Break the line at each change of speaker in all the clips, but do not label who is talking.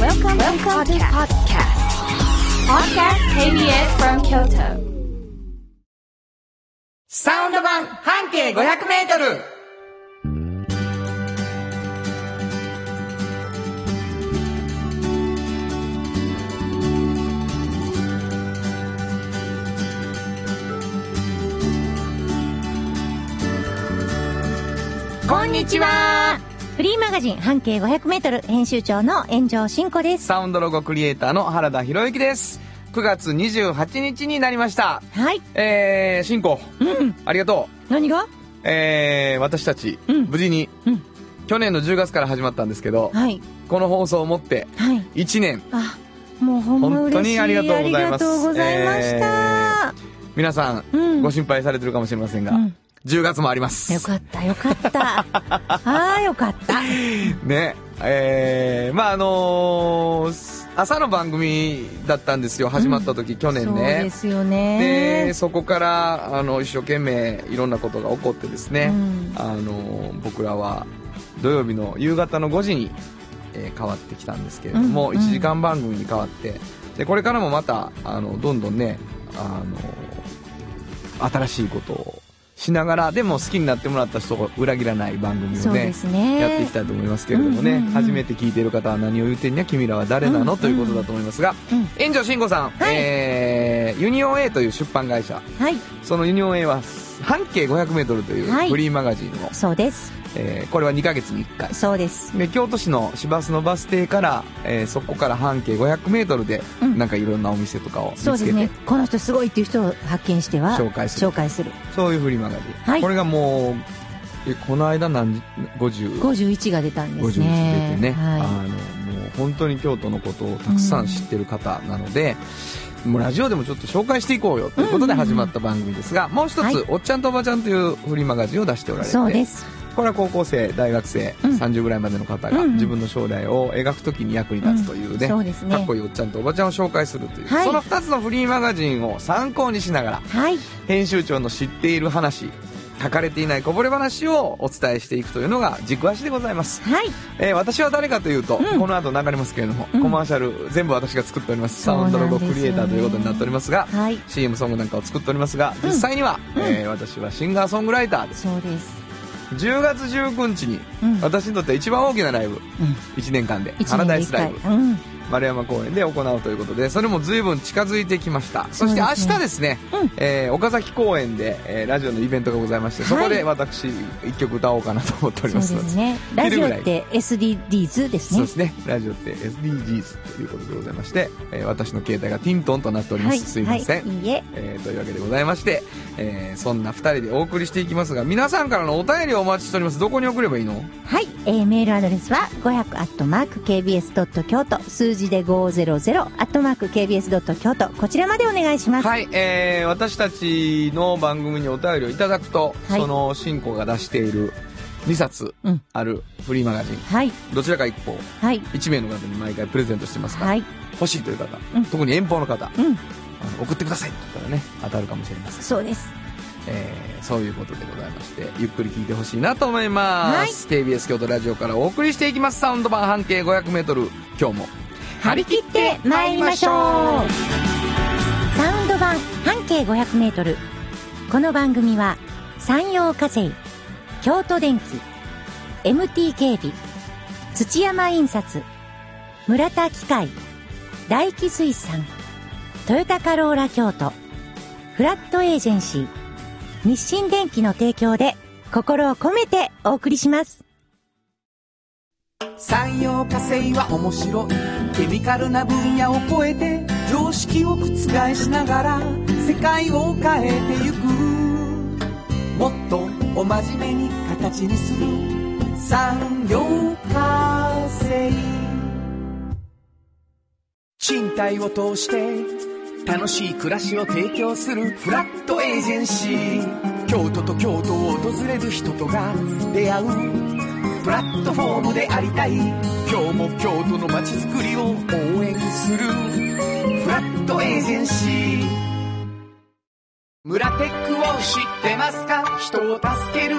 Welcome, to the podcast. Podcast KBS from Kyoto.
サウンド版半径500メートルこんにちは
フリーマガジン半径500メートル編集長の炎上真子です。
サウンドロゴクリエイターの原田博之です。9月28日になりました。
はい。
えー、進行、
うん。
ありがとう。
何が
えー、私たち、
うん
無事に、
うん
去年の10月から始まったんですけど、
はい。
この放送をもって、
はい。
1年、
あ、もうほんま
本当
嬉し
に
い。
ありがとうございます
ありがとうございました。
皆さん、
うん
ご心配されてるかもしれませんが、
うん
10月もありま
よ
す。
かった、よか った。ああ、よかった。
ね。えー、まああのー朝の番組だったんですよ、始まった時、去年
そう
ね
で。すよ
で
ね。
そこからあの一生懸命いろんなことが起こってですね、
うん
あの僕らは土曜日の夕方の5時に、えー変わってきたんですけれども、
うんうん
1時間番組に変わってでこれからもまたあのどんどんねあの新しいことをしながらでも好きになってもらった人を裏切らない番組
そ
を
う
ね
ですね。
やっていきたいと思いますけれどもね、
うんうんうん
初めて聞いてる方は何を言うてんや君らは誰なの、
うん
ということだと思いますが、
うん
炎上慎吾さん、
はい
えーユニオン A という出版会社
はい。
そのユニオン A は半径 500m という
はい
フリーマガジンを、
そうです。
えーこれは2ヶ月に1回
そうです。
で京都市の市バスのバス停から、えーそこから半径 500m で、
うん
なんかいろんなお店とかを見つ
そうで
けて
すね。この人すごいっていう人を発見しては、
紹介する
紹介する。
そういうフリーマガジン、
はい
これがもうえこの間何時50
51が出たんで
51
す
出
ね。
てね、あ
は
のもう本当に京都のことをたくさん知ってる方なので、もうラジオでもちょっと紹介していこうよということで始まった番組ですが、もう一つ、
はい
おっちゃんとおばちゃん」というフリーマガジンを出しておら
い。
れて
そうです。
これは高校生大学生、
うん
30ぐらいまでの方が
うんうん
自分の将来を描くときに役に立つというね,、
うんそうですね
かっこいいおっちゃんとおばちゃんを紹介するという、
はい
その2つのフリーマガジンを参考にしながら
はい。
編集長の知っている話書かれていないこぼれ話をお伝えしていくというのが軸足でございます
はい。
えー私は誰かというと、
うん
この後流れますけれども、
うん
コマーシャル全部私が作っておりますサ
そう
ウ
なん
ンド
ですよね
ロゴクリエイターということになっておりますが、
はい。
CM ソングなんかを作っておりますが
うん
実際には、
うん
えー私はシンガーソングライターです
そうです。
10月19日に
うん。
私にとって一番大きなライブ
うん
1年間で
一
パラ
年
ダ
で
イ
一
スライ
回。
ブ
うん。
丸山公園で行うということでそれも随分近づいてきましたそして
そう
明
です
日ですね
ねうん
えー岡崎公園で、えーラジオのイベントがございましてそこで私1曲歌おうかなと思っており
そ
ま
うです
の
すね。ラジオって SDGs です
そう
ね
で。すね。ラジオって SDGs ということでございまして、えー私の携帯がティントンとなっております。すいません。
はい。いいえ。
えーというわけでございまして、えーそんな2人でお送りしていきますが皆さんからのお便りをお待ちしておりますどこに送ればいいの
はい。えー、メールアドレスは500アットマーク KBS ドット京都数字で500アットマーク KBS ドット京都こちらまでお願いします。
はい、えー私たちの番組にお便りをいただくと、
はい
その新子が出している2冊
うん
あるフリーマガジン
はい。
どちらか1個
はい。
1名の方に毎回プレゼントしてますから、
はい。
欲しいという方、
うん
特に遠方の方あ
うん。
の送ってくださいって言ったらね当たるかもしれません
そうです。
えーそういうことでございましてゆっくり聞いてほしいなと思います、KBS 京都ラジオからお送りしていきますサウンド版半径 500m 今日も
張り切って参りましょうサウンド版半径 500m この番組は山陽火星京都電機 MT 警備土山印刷村田機械大気水産トヨタカローラ京都フラットエージェンシー日清電機の提供で心を込めてお送りします
産業化成は面白いケミカルな分野を超えて常識を覆しながら世界を変えてゆくもっとお真面目に形にする産業化成賃貸を通して楽しい暮らしを提供するフラットエージェンシー京都と京都を訪れる人とが出会うプラットフォームでありたい今日も京都の街づくりを応援するフラットエージェンシー村テックを知ってますか人を助ける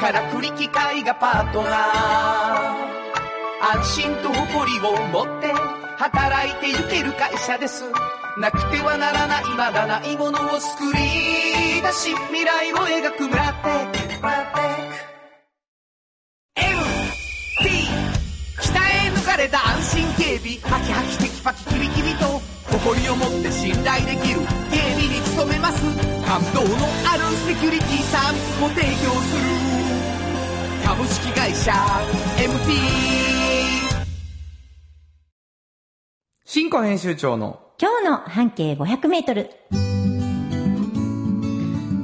からくり機械がパートナー安心と誇りを持って働いてゆける会社ですなくてはならないまだないものを作り出し未来を描くブラッテックブラッテック MT 北へ抜かれた安心警備ハキハキテキパキキビキビと誇りを持って信頼できる警備に努めます感動のあるセキュリティサービスも提供する株式会社 MT
新庫編集長の
今日の半径500メートル。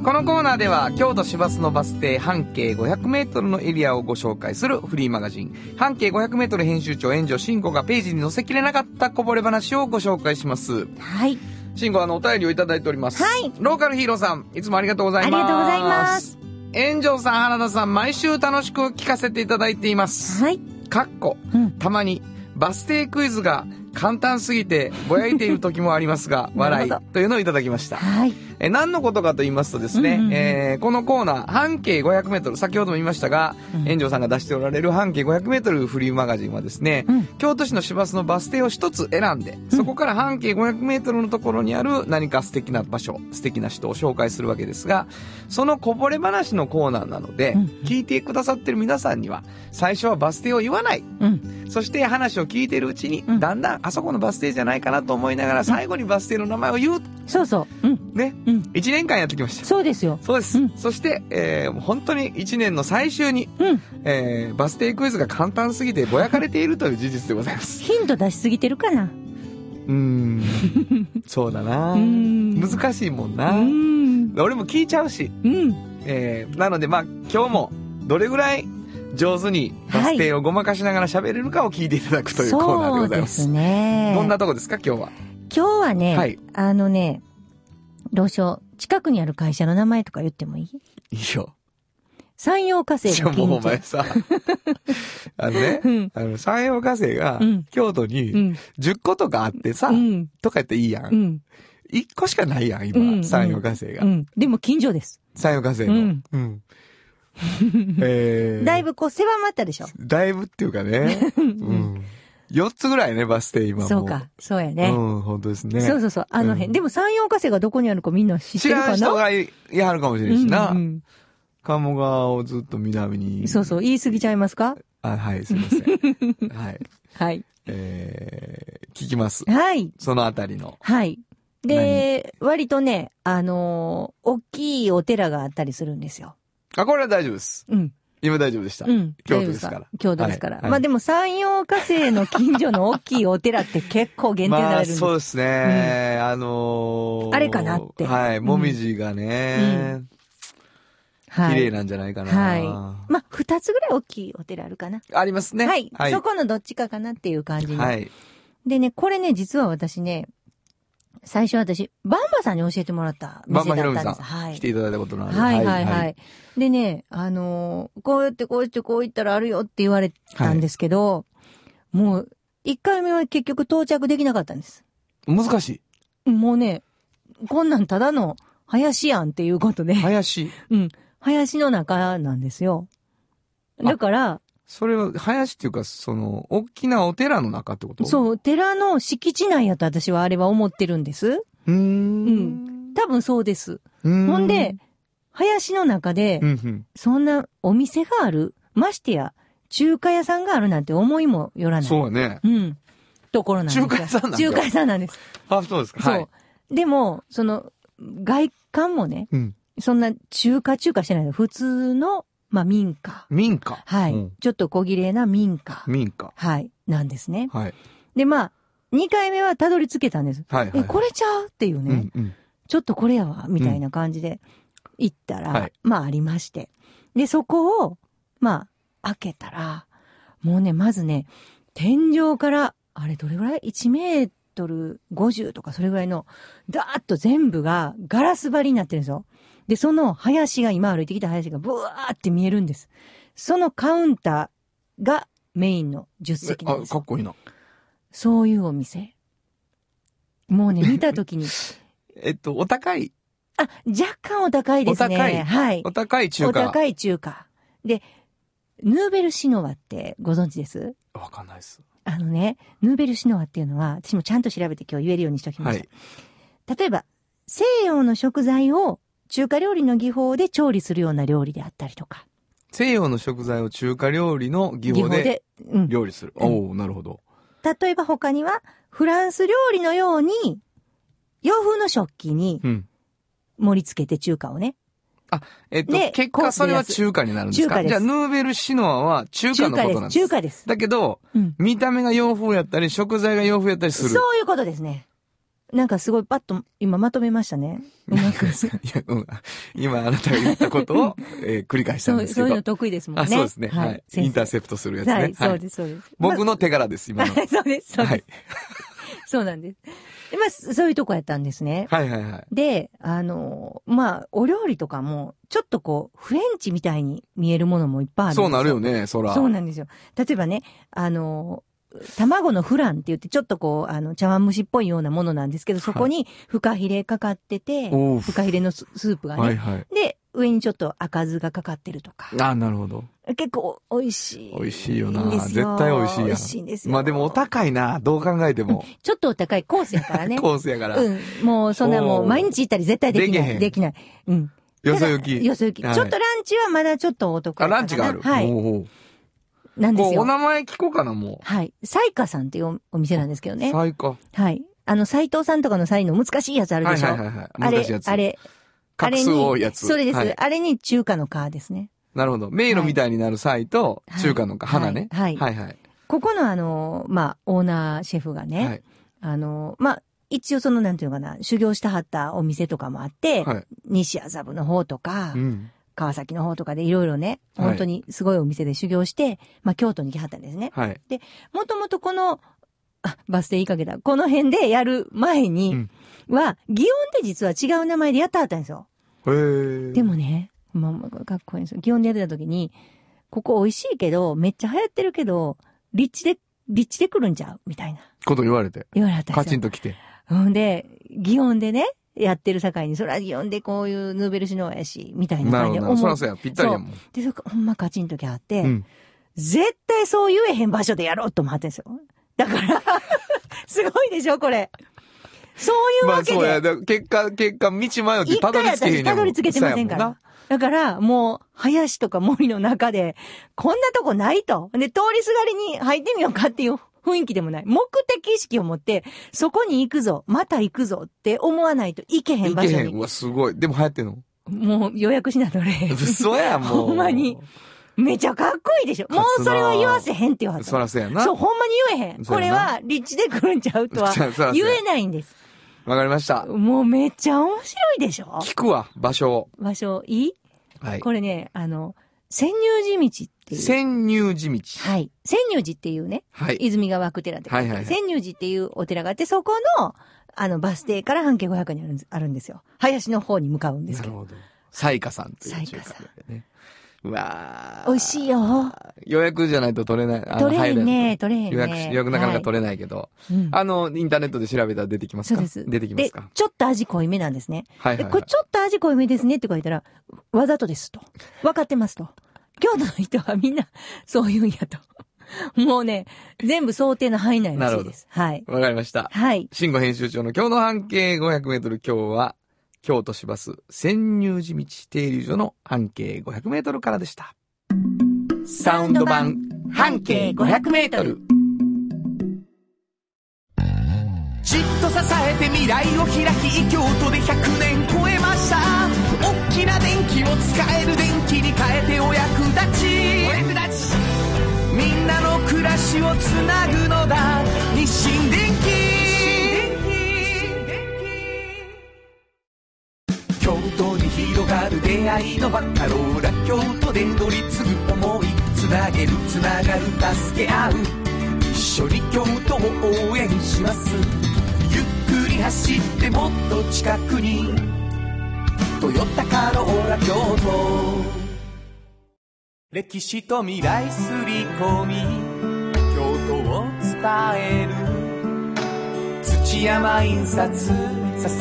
このコーナーでは京都市バスのバス停半径 500m のエリアをご紹介するフリーマガジン半径 500m 編集長炎上慎吾がページに載せきれなかったこぼれ話をご紹介します
はい。
慎吾あのお便りをいただいております
はい
ローカルヒーローさんいつもありがとうございます
ありがとうございます
炎上さん原田さん毎週楽しく聞かせていただいています
はい。
かっこ
うん。
たまにバス停クイズが簡単すぎてぼやいている時もありますが笑い
なるほ
というのをいただきました
は
え
い。
ー何のことかと言いますとですね、
うんうんうん
えーこのコーナー、半径 500m、先ほども言いましたが、
うん
炎上さんが出しておられる半径 500m フリーマガジンはですね、
うん
京都市の市バスのバス停を一つ選んで、そこから半径 500m のところにある何か素敵な場所、素敵な人を紹介するわけですが、そのこぼれ話のコーナーなので、
うんうん
聞いてくださってる皆さんには、最初はバス停を言わない。
うん。
そして話を聞いてるうちに、
うん
だんだんあそこのバス停じゃないかなと思いながら、最後にバス停の名前を言う。
そうそう。うん。
ね。
うん。
1年間やってきました。
そうですよ。
そうです。
うん
そして、えー本当に1年の最終に、
うん。
えーバス停クイズが簡単すぎてぼやかれているという事実でござい ます。
ヒント出しすぎてるかな。
うーん。そうだな
うーん
難しいもん
う
な、
ん。
俺も聞いちゃうし。
うん。
えーなのでまあ今日もどれぐらい上手にバス停をごまかしながら喋れるかを聞いていただくというコーナーで
そ
ご
う
ざい
で
ます。
すね。
どんなとこですか今日は。
今日はね、
はい
あのね、どうしよう。近くにある会社の名前とか言ってもいい
いいよ。
山陽火星
じゃ
の
あもうお
近所
前。 さ、あのね、
うん
あの、山陽火星が
うん
京都
う
に
ん。
10個とかあってさ、
うん。
とかやったらいいや。
うんん。
一、個しかないやん、
うんう
今。
ん
山陽火星
う
が。
ん。でも近所です。
山陽火星の。う
うんん。
えー、
だい。ぶこう狭まったでしょ。
だいぶっていうか ね。うん。4つぐらいね、バス停今も。
そうか。。そうや
ね、
ね。
うん、本当ですね。
そうそうそう。あの辺。
うん
でも山陽火星がどこにあるかみんな知って
知
るか
ら
なん
人がいいはるかもしれんしな。
うんうん
鴨川をずっと南に。
そうそう。言い過ぎちゃいますか
あ、はい、すいま せん。はい。
はい。
えー、聞きます。
はい。
そのあたりの。
はい。で、割とね、あのー大きいお寺があったりするんですよ。
あ、これは大丈夫です。
うん。
今大丈夫でした。
うん。
京都ですから。
京都ですから。
はいはい
まあでも山陽火星の近所の大きいお寺って結構限定されるんです
まあ、そうですね。あのー
あれかなって
はい。
うん
もみじがね、
はい。
綺麗なんじゃないかな。
はい。まあ、二つぐらい大きいお寺あるかな。
ありますね。
はい、
はい。
そこのどっちかかなっていう感じの。
はい。
でね、これね、実は私ね、最初私、バンバさんに教えてもらった
バ
店
ンバ
だ
ヒロ
っ
ミ
たん
さ
で
ん、
す。はい
来。ていただいたことのある。
はいはいはい。でね、あのーこうやってこうしてこう言ったらあるよって言われたんですけど、もう、一回目は結局到着できなかったんです。
難しい。
もうね、こんなんただの林やんっていうことで、
林。
うん、林の中なんですよ。
あ
だから、
それは、林っていうか、その、大きなお寺の中ってことう。
そう、寺の敷地内やと私はあれは思ってるんです。
うーん。
多分そうです。
うん
ほんで、、林の中で
う、んうん。
そんなお店がある、ましてや、中華屋さんがあるなんて思いもよらない。
そうやね。
うん。ところなんですよ
中華屋さんなんだ
中華屋さんなんです。
あ、そうですか。
そ
は
う。
い。
でも、その、外観もね、
うん。
そんな中華中華してないの。普通の、まあ民家。
民家。
はい。
うん
ちょっと小綺麗な民家。
民家。
はい。なんですね。
はい。
で、まあ、2回目はたどり着けたんです。
はいはい。
え、これちゃうっていうね、
うんうん。
ちょっとこれやわ、みたいな感じで行ったら、
はい
まあありまして。で、そこを、まあ、開けたら、もうね、まずね、天井から、あれどれぐらい ?1 メートル50とかそれぐらいの、だーっと全部がガラス張りになってるんですよ。で、その林が、今歩いてきた林がブワーって見えるんです。そのカウンターがメインの10席なん
あ、
です
か
よ
っ。こいいな。
そういうお店。もうね、見た ときに、
えっと、お高い、
あ、若干お高いですね。
お高い
はい
お。高い中
お
華。
高い中華。で、ヌーベルシノワってご存知です
わかんないです。
あのね、ヌーベルシノワっていうのは、私もちゃんと調べて今日言えるようにしておきま
は
した。
い。
例えば、西洋の食材を中華料理の技法で調理するような料理であったりとか。
西洋の食材を中華料理の技法で
うん。
料理する。
うん
おおなるほど。
例えば他には、フランス料理のように、洋風の食器に
うん。
盛り付けて中華をね、
えっと
で、
結
コー
果
ス
それは
でやす
中華になるんです
中
か
華です
じゃあ、ヌーベルシノアは中華
中
の
華
こ
で
となん
す。
です。
中華です。
だけど、
うん。
見た目が洋風やったり、食材が洋風やったりす
そ
る。
ういうことですね。なんかすごいパッと今まとめましたね。うまく。そ
いや、うん。今、あなたが言ったこと を、えー繰り返したん
う、
ですけ
そう
ど。
いうの得意ですも
あ、
んね。
そうですね。はい。インター
プ
セプトするやつ
は
ね
い、。そうです、そうです。
僕
の。
の手柄です、今の。は
そうです、そうです。
い。
そうなんです。まあ、そそういうとこやったんですね。
はいはいはい。
で、あの、まあ、お料理とかも、ちょっとこう、フレンチみたいに見えるものもいっぱいあるんです
そ
よ。
うなるよね、そら。
そうなんですよ。例えばね、あの、卵のフランって言って、ちょっとこう、あの、茶碗蒸しっぽいようなものなんですけど、そこにフカヒレかかってて、
おう
フカヒレのススープがね、
はいはい。
で、上にちょっと赤酢がかかってるとか。
あ、なるほど。
結構美味しい。
美味しいよなん
です
絶対美味しいやん
美味しいんですよ。
まあでもお高いな、どう考えても。
ちょっとお高いコースやから ね。
コースやから。
うん。もう、そんなも
お
う、
ー
毎日行ったり絶対できな
できへ
い。
ん
できない。うん。
よそ行
ただ
き。
よそ行き。
はい
ちょっとランチはまだちょっとお得
あ、
やからな
ランチがある。
はい。
おうおう
なんです
こうお
よ。
名前聞こうかな、も
はい。サイカさんっていうお店なんですけど
う。
ね。
最高。
はい。あの、斎藤さんとかのサインの難しいやつある
は
で
い
しょ。
はいはいはい。
あ
難しい
れ
や、つ。
あれ、あ
画
れ
数
に、
多いやつ。
それです。
はい
あれに中華の皮ですね。
なるほど。迷路みたいになる際と
は、い
中華のか
はい
花ね。
はい
はいはい。
ここのあの、まあ、オーナーシェフがね、
はい
あの、まあ、一応その、なんていうのかな、修行したはったお店とかもあって、
はい。
西麻布の方とか、
うん。
川崎の方とかでいろいろね、
はい
本当にすごいお店で修行して、まあ、京都に来はったんですね。
はい。
もともとこの、あ、バス停いいかけだ。この辺でやる前には、祇園で実は違う名前でやったはったんですよ。
へえ。
でもね、まあまあ、かっこいいんですよ。祇園でやってた時に、ここ美味しいけど、めっちゃ流行ってるけど、立地で、立地で来るんちゃうみたいな。
こと言われて。
言われはったん
カ
です
チン
よ。
と来て。
ほんで、祇園でね、やってる境に、それは祇園でこういうヌーベルシノーやし、みたいな
なるほ
感じで
ど
思
な。そら
う
そうや。ぴったりやもん。
で、そこほんまカチンときあって、
うん。
絶対そう言えへん場所でやろうと思ってんですよ。だから、 すごいでしょ、これ。そういう
ま
わ
あ
け
そうや。
で、
だから結果、結果、道迷って
一
たど
回
り着けへんね
私
んもん
たどり着けてませんか
そうやも
ら。だから、もう、林とか森の中で、こんなとこないと。で、通りすがりに入ってみようかっていう雰囲気でもない。目的意識を持って、そこに行くぞ、また行くぞって思わないといけへん
な
場
いけ
所
へん。
に。
うわ、すごい。でも流行ってんの
もう予約しなとれへん。
嘘や、もう。
ほんまに。めちゃかっこいいでしょ。もうそれは言わせへんって言われた
そらそうやな。
そう、ほんまに言えへん。
そ
こ
うや
れ
な
は、立地で来るんちゃうとは
そらそうや
言えないんです。
わかりました。
もうめっちゃ面白いでしょ
聞くわ、場所を。
場所いい、
はい。
これね、あの、潜入寺道っていう。
潜入寺道。
はい。潜入寺っていうね、
はい。
泉が湧く寺って書いてある、
はいはいはい
潜入寺っていうお寺があって、そこの、あの、バス停から半径500にあるんですあるんですよ。林の方に向かうんです
な
け
る
ど。
ほど。サイカさんという
彩華さん
中華料理ね。うわー
美味しい。よ。
予約じゃないと取れない。あの
取れへんね、。取れへん
入
ね。
らないと予約し、予約なかなか
れ、
取れないけど。
はいうん
あの、インターネットで調べたら出てきます
そう
か
です。
出てきますか
でちょっと味濃いめなんですね。
はい
で
はい
こ
は
れ
い。
ちょっと味濃いめですねって書いたら、わざとですと。分かってますと。京都の人はみんな、そう言うんやと。 もうね、全部想定の範囲内らしいです。はい。
わかりました。
はい。
慎吾編集長の今日の半径500メートル今日は京都市バス潜入寺道停留所の半径500メートルからでした。サ
ウンド版半径500メートル。
じっと支えて未来を開き京都で100年超えました大きな電気を使える電気に変えてお役立ちお役立ちみんなの暮らしをつなぐのだ日清電気京都に広がる出会いのバカローラ京都で乗り継ぐ思いつなげるつながる助け合う一緒に京都を応援しますゆっくり走ってもっと近くに「トヨタカローラ京都」歴史と未来すり込み京都を伝える土山印刷支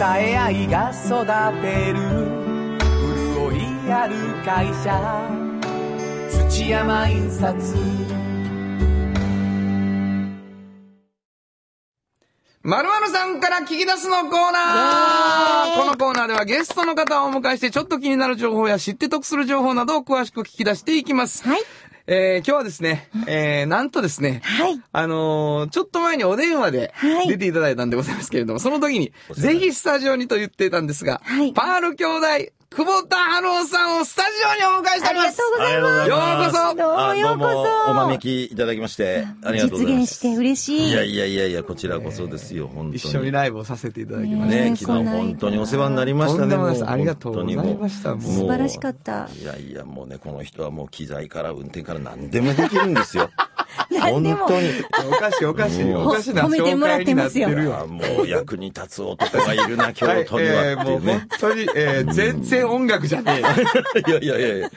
え合いが育てる潤いある会社土山印刷
まるまるさんから聞き出すのコーナーこのコーナーではゲストの方をお迎えしてちょっと気になる情報や知って得する情報などを詳しく聞き出していきます。
はい。
えー今日はですね、えーなんとですね、
はい
あのーちょっと前にお電話で
はい
出ていただいたんでございますけれども、その時に、ぜひスタジオにと言っていたんですが、
はい
パール兄弟、久保田春夫さんをスタジオにお迎えしておりま
ありが
す
とうございます。
ようこそ
どうも
あ
よ
ど
う
う
こそ
もお招きいただきましてありがとうご
実
ざいま
現
す
して嬉しい。
いやいやいやいやこちらこそですよ本当に
一緒にライブをさせていただきました。
ね
ね
昨日本当にお世話になりまし
と
た
ん
ね
でもないです
もう
ありがとうございました
本当に
もう
素
もう
晴らしかった
いやいやもうねこの人はもう機材から運転から何でもできるんですよ
何
本
でも
当に
おかしいおかしい、
もう
おかしな
褒めてもらってますよ
紹介になって
い
る
やもう役に立つ男がいるな 京
はい、
都には
えー
ってい
もう
うね、
本当に、えー全然音楽じゃねえよ。
いやいやいやいや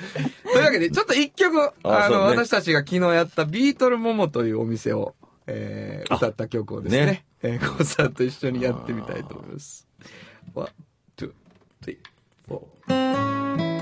というわけで、ちょっと一曲、あ
あそう
の、
ね
私たちが昨日やったビートルモモというお店を、えー歌った曲をですね、
ね
えーコンサートと一緒にやってみたいと思います。ワン、ツー、スリー、フォー。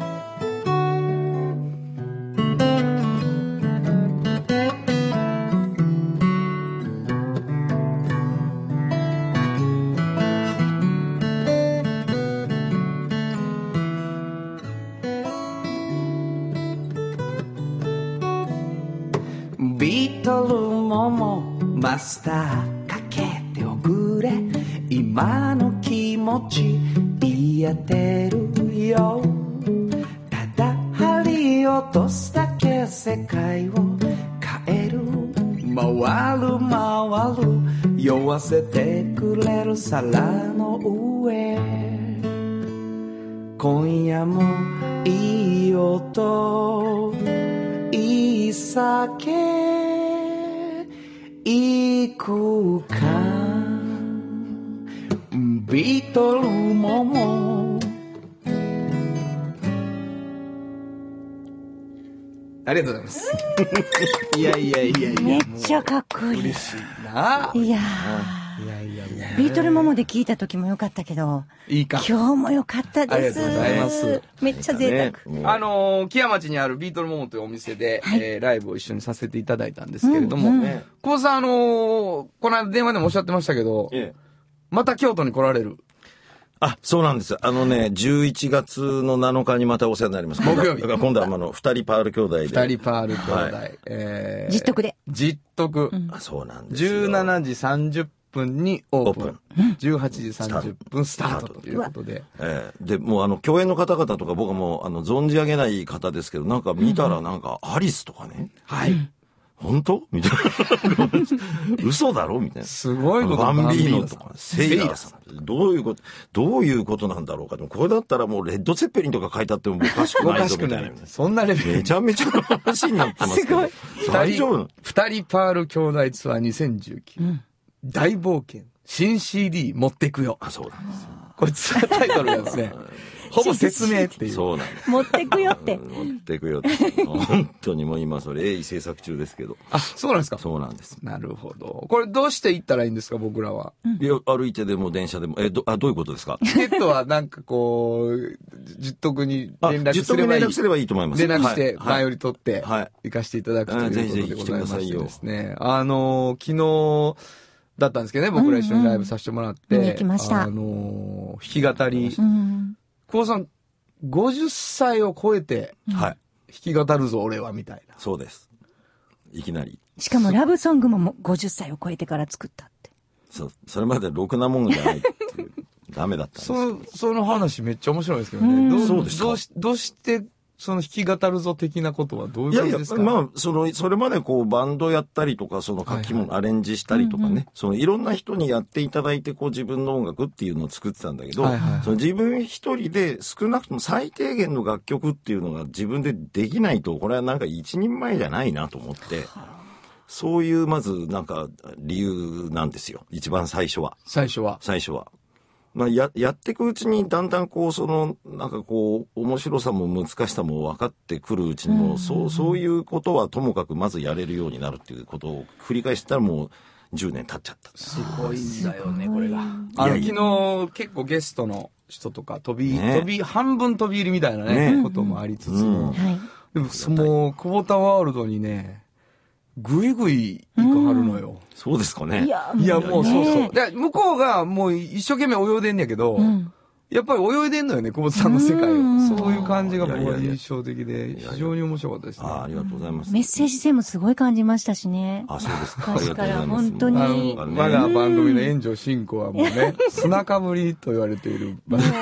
ビートルももマスターかけておくれ今の気持ち言えてるよただ針落とすだけ世界を変える回る回る酔わせてくれる皿の上今夜もいい音いい酒いくかビートルももありがとうございますいやいやいやいや
めっちゃかっこいい。
嬉しいない
や
いやいやいや
ービートルモモで聞いた時もよかったけど、
いいか
今日もよかったです。
ありがとうございます
めっちゃ贅沢。
ねもう
あのー、木屋町にあるビートルモモというお店で、えーライブを一緒にさせていただいたんですけれども、
う
うん
ね
久保さん、あのーこの間電話でもおっしゃってましたけど、
ええ
また京都に来られる。
あ、そうなんです。あのね、11月の7日にまたお世話になります。
木曜日
だから今度はあの、二人パール兄弟で。
二人パール兄弟。
はい
えー
実得で。
実得。
あ、そうなんですよ。
17時30分にオープン。
オー
18時30分スタートということで。
ええで、もうあの、共演の方々とか僕はもう、あの、存じ上げない方ですけど、なんか見たらなんか、アリスとかね、
はい。
本当みたいな。嘘だろみたいな。
すごいこと
バンビーノと
バン
か
ビ、
セイラーさん。どういうこと、どういうことなんだろうか。でもこれだったらもう、レッド・セッペリンとか書いてあってもおかしく
お
な
か
いぞ
しく
みた
ないい
な。。
そんなレベル
め。ちゃめちゃな話になってますけど。大丈夫なの
二人パール兄弟ツアー2019、大冒険新 CD 持ってくよ
あ、そうなんですよ。
これツアータイトルがです ねほぼ説明っていう
そうなんです。
持ってくよって。
持ってくよって。本当にもう今それ、鋭意制作中ですけど。
あそうなんですか
そうなんです。
なるほどこれどうして行ったらいいんですか僕らはい
や、歩いてでも電車でも、え、ど、あ、どういうことですか
チケットはなんかこう 十徳に
あ、
連絡すればいい
連絡すればいいと思います。
連絡して、
はい
前より取って、
はい
行かせていただくと
うん
いう
ぜ
こ
ひ
とで
ぜ
ご
ひ
ざいまして
来てくださいよ
ですね。あのー、昨日だったんですけどね、僕ら一緒にライブさせてもらって。
うんうん見に行きました
あのー、弾き語り。
う
久
ん。
保さん、50歳を超えて
はい。
弾き語るぞ、俺は、みたいな。
そうです。いきなり。
しかもラブソングももう50歳を超えてから作ったって。
そう、それまでろくなもんじゃないっていう。ダメだったんです。
そその話めっちゃ面白いですけどね。ど
そうですか
どうし、どうして、その弾き語るぞ的なことはどうい
いうや
こ
い
と
や
です、か
まあ、その、それまでこう、バンドやったりとか、その書き物、アレンジしたりとかね、その、いろんな人にやっていただいて、こう、自分の音楽っていうのを作ってたんだけど、
はいはいはい
その自分一人で少なくとも最低限の楽曲っていうのが自分でできないと、これはなんか一人前じゃないなと思って、そういう、まず、なんか、理由なんですよ。一番最初は。
最初は。
最初は。まあ、や、やっていくうちに、だんだんこう、その、なんかこう、面白さも難しさも分かってくるうちにも、そう、そういうことはともかくまずやれるようになるっていうことを繰り返したらもう10年経っちゃった。
すごいんだよね、これが。あ
い
の、
やいや
昨日、結構ゲストの人とか、飛び、
ね
飛び、半分飛び入りみたいなね、
ね
こともありつつも。
うん
はい。
でも、その、久保田ワールドにね、ぐいぐい行かはるのよ。
そうですかね。
や
いや、もうそうそ
ね
う。で、向こうがもう一生懸命泳いでんねやけど、
ん
やっぱり泳いでんのよね、久保田さんの世界
うん
を。そういう感じが僕
いや
はい
やいや
印象的で、非常に面白かったですね。
あありがとうございます。
メッセージ性もすごい感じましたしね。
あ、そうですか。あり
昔
がと
か
うござ
ら
います。
本当に。
あ
も
の、
う
我が番組の炎上進行はもう ね、砂かぶりと言われている場所。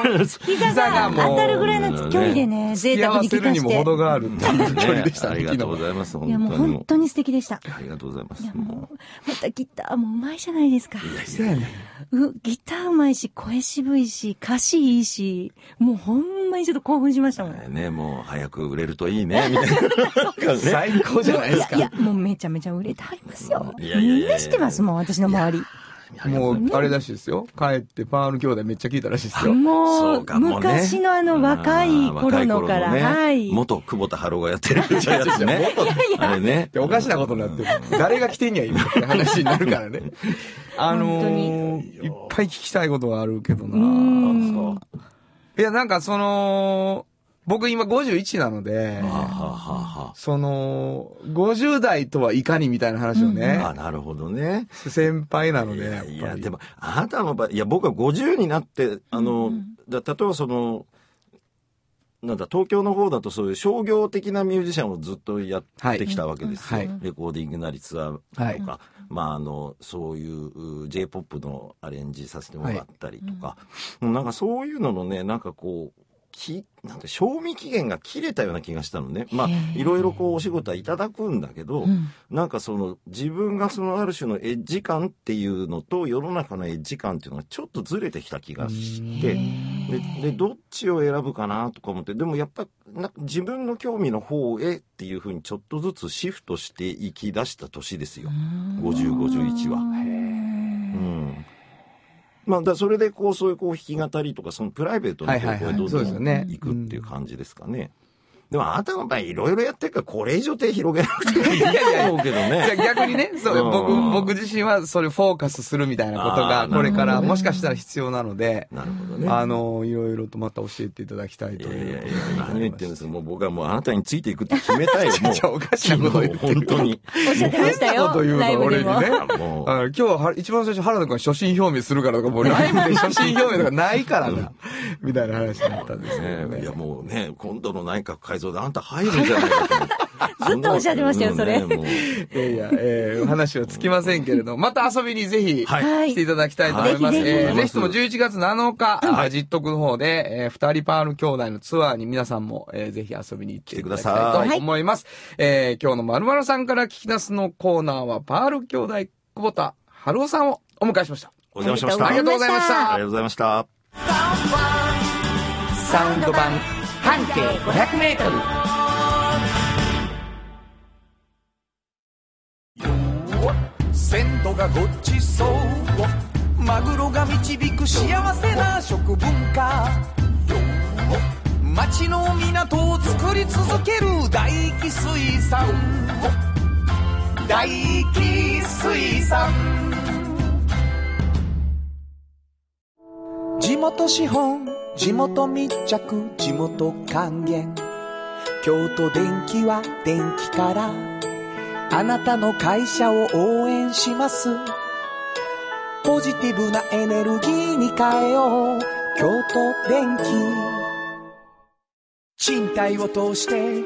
膝が当たるぐらいの距離でね、贅
付き合
沢
わ
に
せ
聞
る
か
に
し
も
て。
程があるっていう距離でした
ねあ
ね、
りが
昨
とうご
日。
ざいます。本
い
当
や、もう
にも
本当に素敵でした。
う。ありがとうございま
い
す
や、。
も
もう、またギターもうまいじゃないですか。
そうやね
う、ギターうまいし、声渋いし、歌詞いいし、もうほんまにちょっと興奮しましたもん。
うね、もう早く売れるといいね、み たいな感じね。
最高じゃないです
い
か。
や、もうめちゃめちゃ売れてはりますよ。
いやいやいやい
み
や
んな知ってますもん、私の周り。
もう、あれらしいですよ。帰ってパール兄弟めっちゃ聞いたらしいですよ。
も
そううかもね
昔のあの若い頃のから、
あー若い頃のね
はい。
元久保田春夫がやってるみたいなやつね。あれね
で。おかしなことになってる。誰が来てんや、今って話になるから ね。あのー、いっぱい聞きたいことはあるけどな。
そう
いや、なんかその、僕今51なので、
はあはあは
その、50代とはいかにみたいな話を
あ
ね
はあ、あ、なるほどね。
先輩なので、
い
やっ
や
ぱり。
いや、でも、あなたの場合、いや、僕は50になって、あの、だ例えばその、なんだ、東京の方だとそういう商業的なミュージシャンをずっとやってきたわけですよ。
はいはい
レコーディングなりツアーとか、
はい
まあ、あの、そういうう J-POP のアレンジさせてもらったりとか、もうなんかそういうののね、なんかこう、きなんて賞味期限が切れたような気がしたのね。まあ、いろいろこうお仕事はいただくんだけど、なんかその自分がそのある種のエッジ感っていうのと世の中のエッジ感っていうのがちょっとずれてきた気がして、ででどっちを選ぶかなとか思って、でもやっぱなんか自分の興味の方へっていうふうにちょっとずつシフトしていき出した年ですよ。50、51は。うん。まあ、だそれでこうそういうこう弾き語りとかそのプライベートの
はい
方向
はいは
へ
い
どん
そう
ど
ですよ
ん
ね
行くっていう感じですかね。でもあなたの場合いろいろやってるからこれ以上手広げなくてもいいと思うけどね。
じゃあ逆に ね、そう、
うん
僕、僕自身はそれフォーカスするみたいなこと
あ
が、
ー
これか
なる
ら
ほどね
もしかしたら必要なので、
なるほどね。
あの、いろいろとまた教えていただきたい
い
と
やいや
いう
いや
ことになりまし、た
何を言ってるんですかもう僕はもうあなたについていくって決めたいよ。もう
ちょおかしなこと言ってる
本当に。
おっしゃってました
変な
よ
こと言う。
ライ
の
ブ
俺
で
に
も。
ね。
もう
あの今日は一番最初原田君が所信表明するからとか、もう ライブで所信表明とかないからな、みたいな話になったんですけど
ねい
ね
や。もうね、今度の内閣改造であんた入るんじゃないかと思って。
ずっとおっしゃってましたよ
んなこと
それ
もう
いやいや、えー、話はつきませんけれど、また遊びにぜひ、
はい
はい
来ていただきたいと思います。
はいぜひぜひ
えーぜひとも11月7日、あジットクの方で、えー二人パール兄弟のツアーに皆さんも、えーぜひ遊びに行っていただきたいと思います。えー今日のまるまるさんから聞き出すのコーナーは、パール兄弟、久保田春夫さんをお迎えしました。
お邪魔しました。
ありがとうございまし
あり
た
が。とうございました。
サウンド版、半径500メートル。
鮮度がごちそうマグロが導く幸せな食文化町の港を作り続ける大気水産大気水産地元資本地元密着地元還元京都電気は電気からあなたの会社を応援します。ポジティブなエネルギーに変えよう。京都電気。賃貸を通して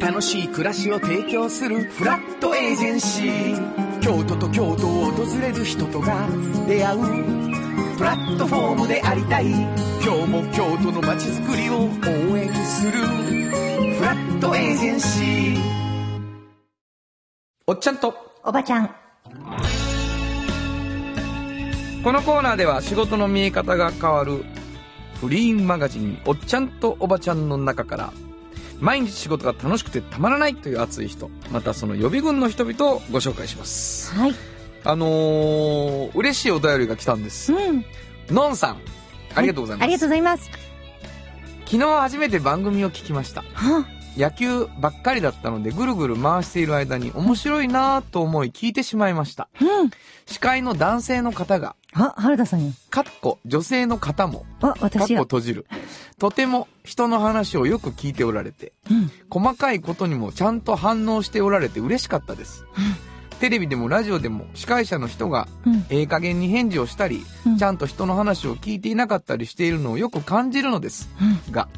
楽しい暮らしを提供するフラットエージェンシー。京都と京都を訪れる人とが出会う。プラットフォームでありたい。今日も京都の街づくりを応援する。フラットエージェンシー。
おっちゃんと、
おばちゃん。
このコーナーでは仕事の見え方が変わるフリーマガジン「おっちゃんとおばちゃん」の中から毎日仕事が楽しくてたまらないという熱い人またその予備軍の人々をご紹介します
はい。
あのー、嬉しいお便りが来たんです
うん。
のんさんありがとうございます、
ありがとうございます。
昨日初めて番組を聞きました
は
野球ばっかりだったのでぐるぐる回している間に面白いなぁと思い聞いてしまいました。
うん。
司会の男性の方が、
あ、原田さんや。
かっこ女性の方も、
あ、
かっ
私
こ
や。
閉じる。とても人の話をよく聞いておられて、
うん。
細かいことにもちゃんと反応しておられて嬉しかったです。テレビでもラジオでも司会者の人が
うん。
ええ加減に返事をしたり、
うん
ちゃんと人の話を聞いていなかったりしているのをよく感じるのです。が、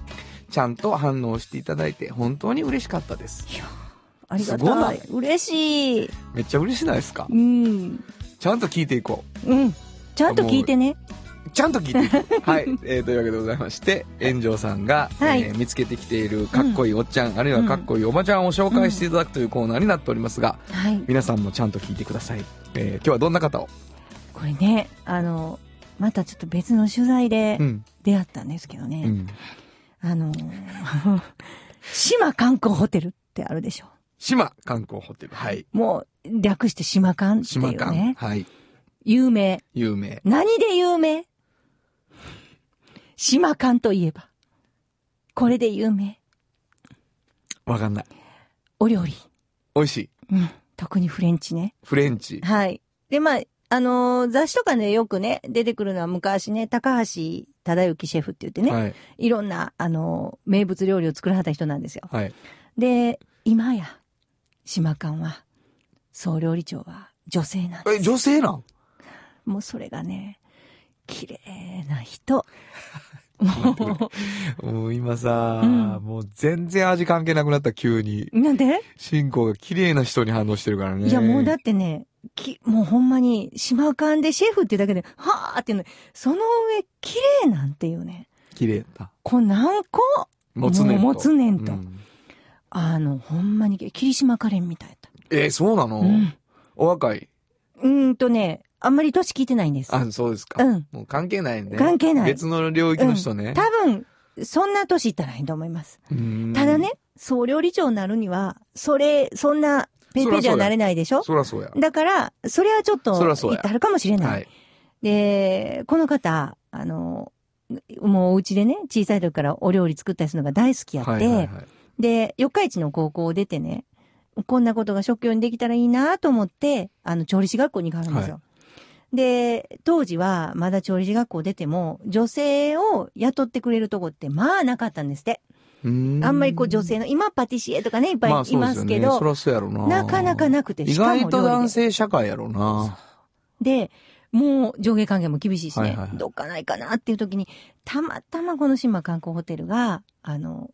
ちゃんと反応していただいて本当に嬉しかったです。
ありが
すご
た
ないい。
嬉しい。
めっちゃ嬉しないですか
うん。
ちゃんと聞いていこ
うん。ちゃんと聞いてね。
う。ちゃんと聞いてい こう。はい、えーというわけでございまして、炎上さんが、
はい
えー見つけてきているかっこいいおっちゃん、あるいはかっこいいおばちゃんを紹介していただくというコーナーになっておりますが、
はい。
皆さんもちゃんと聞いてください。えー今日はどんな方を
これね、あの、またちょっと別の取材で
うん。
出会ったんですけど
う
ね。
ん。
あの、島観光ホテルってあるでしょ。
島観光ホテル。はい。
もう、略して島観ってい
島
う
観。
ね。
はい。
有名。
有名。
何で有名島観といえば。これで有名。
わかんない。
お料理。
美味しい。
うん。特にフレンチね。
フレンチ。
はい。で、まあ、あのー雑誌とかね、よくね、出てくるのは昔ね、高橋忠之シェフって言ってね、
はい。
い、ろんな、あのー名物料理を作らはった人なんですよ。
はい。
で、今や、島間は、総料理長は女性なんで
え、女性なん
す。もうそれがね、綺麗な人。
もう今さ、
うん
もう全然味関係なくなった急に。
なんで
進行が綺麗な人に反応してるからね。
いや、もうだってね、き、もうほんまに、島間でシェフっていうだけで、はーっていうの、その上、綺麗なんていうね。
綺麗だ。
こう何個
もつねんと。
もうもつねんと
うん
あの、ほんまに、霧島カレンみたいだっ
えーそうなの、
た。うん。
お若いう
ーんとね、あんまり年聞いてないんです。
あ、そうですか。
うん。
もう関係ないね。
関係ない
別の領域の人ね。
多分、そんな年いったらいいと思います。
うん
ただ。ね、総料理長になるには、それ、そんな、ペーペーじゃなれないでしょ
そらそうや。
だから、それはちょっと、
そらそう
言
や
ってあるかもしれない。
はい。
で、この方、あの、もうお家でね、小さい時からお料理作ったりするのが大好きやって、
はいはいはい。
で、四日市の高校を出てね、こんなことが職業にできたらいいなと思って、あの、調理師学校に通うんですよ。で、当時はまだ調理師学校出ても、女性を雇ってくれるとこって、まあなかったんですって。あんまりこう女性の、今パティシエとかね、いっぱい
まあ
い
そうで
ます
よ
す
ね
けど、
そらそうやろな。
なかなかなくて、
意
しかも料
外
理
と
で
男性社会やろな。
で、もう上下関係も厳しいし
は
ね、
いはいはい
どっかないかなっていう時に、たまたまこの島観光ホテルが、あの、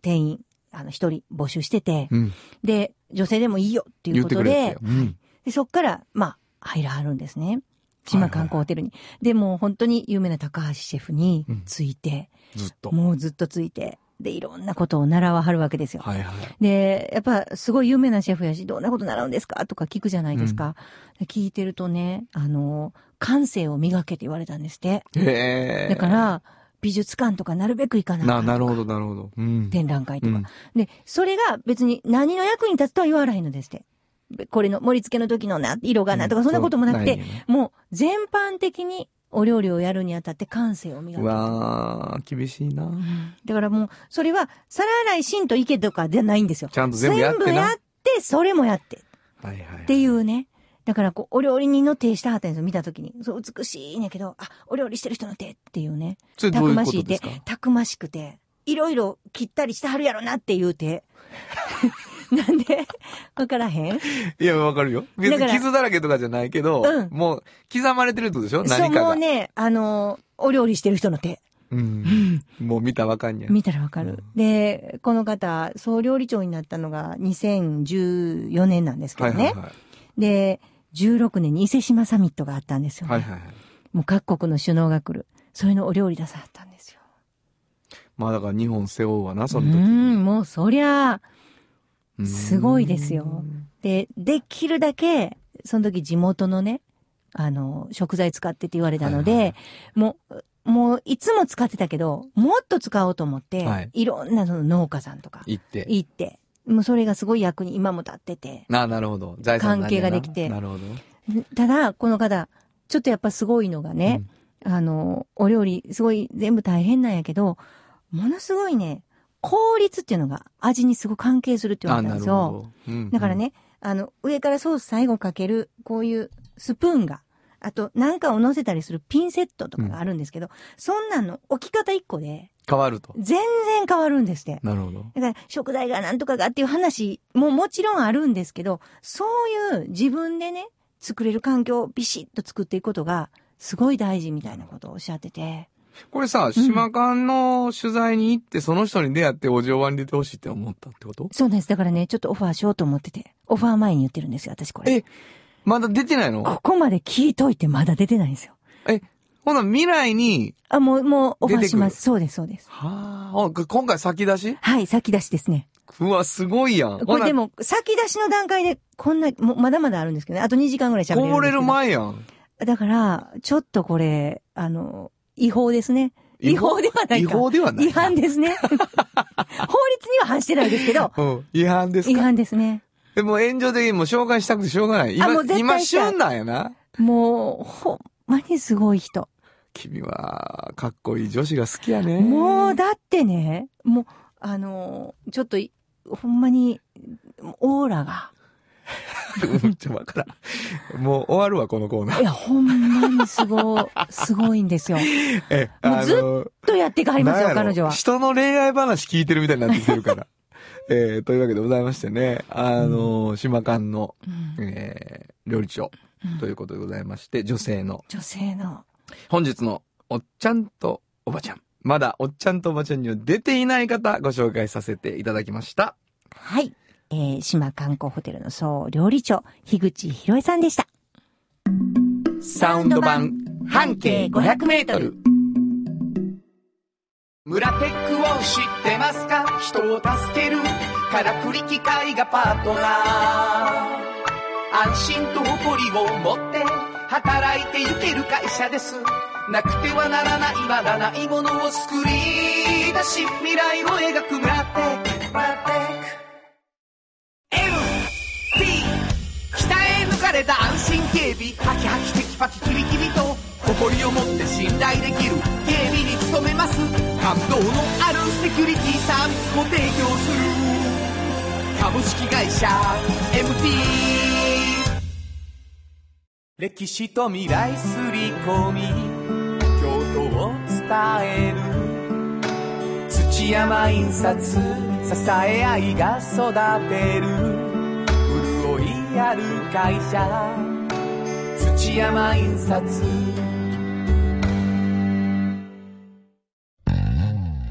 定員、あの、一人募集してて、
うん。
で、女性でもいいよってい
言っ
うこ
て
と
くれって
で
よ。、うん。
でそっから、まあ、入らはるんですね。島観光ホテルに。で、もう本当に有名な高橋シェフについて、
ずっと。
もうずっとついて、で、いろんなことを習わはるわけですよ。
はいはい。
で、やっぱすごい有名なシェフやし、どんなこと習うんですかとか聞くじゃないですか。で聞いてるとね、あの、感性を磨けって言われたんですって。
へえ。
だから、美術館とかなるべく行かない。
な、なるほど、なるほど。うん。
展覧会とか、
うん
で、それが別に何の役に立つとは言わないのですって。べこれの盛り付けの時のな、色がなとか、そんなこともなく
そう
て
ない、ね
もう全般的にお料理をやるにあたって感性を磨
う
く。
わー、厳しいな。
だからもう、それは皿洗い、芯と池とかじゃないんですよ。
ちゃんと全部やってな
全部やって、それもやって。
はいはい。
っていうね。だから、こう、お料理人の手したはったんですよ、見たときに。そう、美しいんやけど、あ、お料理してる人の手っていうね。
それ
た
ど
く
ういう
ま
こと
しい
で
手
すか。
たくましくて、いろいろ切ったりしてはるやろなっていう手。 なんでわからへん
いや、わかるよ。別
だか
に
ら
傷だらけとかじゃないけど、
うん
もう、刻まれてるってことでしょ
そう、
何か
も
が。
うね、あの、お料理してる人の手。
うん。もう見たわかんにゃ。
見たらわかる。で、この方、総料理長になったのが2014年なんですけ
はい
ど
は
ね。
いはい。
で、16年に伊勢島サミットがあったんですよね、
はいはいはい。
もう各国の首脳が来る。それのお料理出さはったんですよ。
まあだから日本背負うわな、そうの時。
ん、もうそりゃ、
うん
すごいですよ。で、できるだけ、その時地元のね、あの、食材使ってって言われたので、
はいはい
もう、もういつも使ってたけど、もっと使おうと思って、
はいい、
ろんなその農家さんとか
行って。
行って、もうそれがすごい役に今も立ってて。
なあ、なるほど。財産になるよな
関係ができて
なるほど。
ただ、この方、ちょっとやっぱすごいのがね、あの、お料理、すごい全部大変なんやけど、ものすごいね、効率っていうのが味にすごく関係するって言わ
あ、
れた
なんる
です
ほ
よ。
ど。うん
だから。ね、あの、上からソース最後かける、こういうスプーンが、あと、なんかを乗せたりするピンセットとかがあるんですけど、そんなんの置き方一個で、
変わると。
全然変わるんですって。
なるほど。
だから、食材がなんとかがっていう話ももちろんあるんですけど、そういう自分でね、作れる環境をビシッと作っていくことが、すごい大事みたいなことをおっしゃってて。
これさ、島間の取材に行って、その人に出会ってお嬢版に出てほしいって思ったってこと
そうなんです。だからね、ちょっとオファーしようと思ってて、オファー前に言ってるんですよ、私これ。
えまだ出てないの
ここまで聞いといてまだ出てないんですよ。
え、ほな未来に、
あ、もう、もう、オファー
出てくる
します。そうです、そうです。
はあ、あ今回先出し
はい、先出しですね。
うわ、すごいやん。
これで
も、
も、先出しの段階で、こんな、もうまだまだあるんですけどね。あと2時間ぐらい喋れるん
こ
ですけど。
ぼれる前やん。
だから、ちょっとこれ、あの、違法ですね。違
違
法
法
ではない
違
か。
法ではない
違反で すね。法律には反してないですけど、
うん。違反です
違
か
反ですね。
でも炎上的にもう紹介したくてしょうがない。今
あもう、絶対
今
したい
旬なんやな。
もう、ほんまにすごい人。
君は、かっこいい女子が好きやね。
もう、だってね、もう、あの、ちょっとい、ほんまに、オーラが。
うん ちょ、わからん。もう終わるわ、このコーナ
い
ー。
や、ほんまにすご、すごい んですよ。
え、
もうずっ
の
とやっていかはりますよ、
なんやろ
彼女は。
人の恋愛話聞いてるみたいになってきてる から。えー、というわけでございましてね、あの島間の、
うん
えー、料理長ということでございまして、女性の、
女性の。
本日のおっちゃんとおばちゃん。まだおっちゃんとおばちゃんには出ていない方、ご紹介させていただきました。
はい。えー、島観光ホテルの総料理長、樋口博恵さんでした。
サウンド版半径500メートル。
村テックを知ってますか人を助けるからくり機械がパートナー安心と誇りを持って働いてゆける会社ですなくてはならないまだないものを作り出し未来を描く村テック村テック MT 鍛え抜かれた安心警備ハキハキテキパキキビキビと誇りを持って信頼できる警備に努めます感動のあるセキュリティサービスを提供する株式会社 MT 歴史と未来すり込み京都を伝える土山印刷支え合いが育てる潤いある会社土山印刷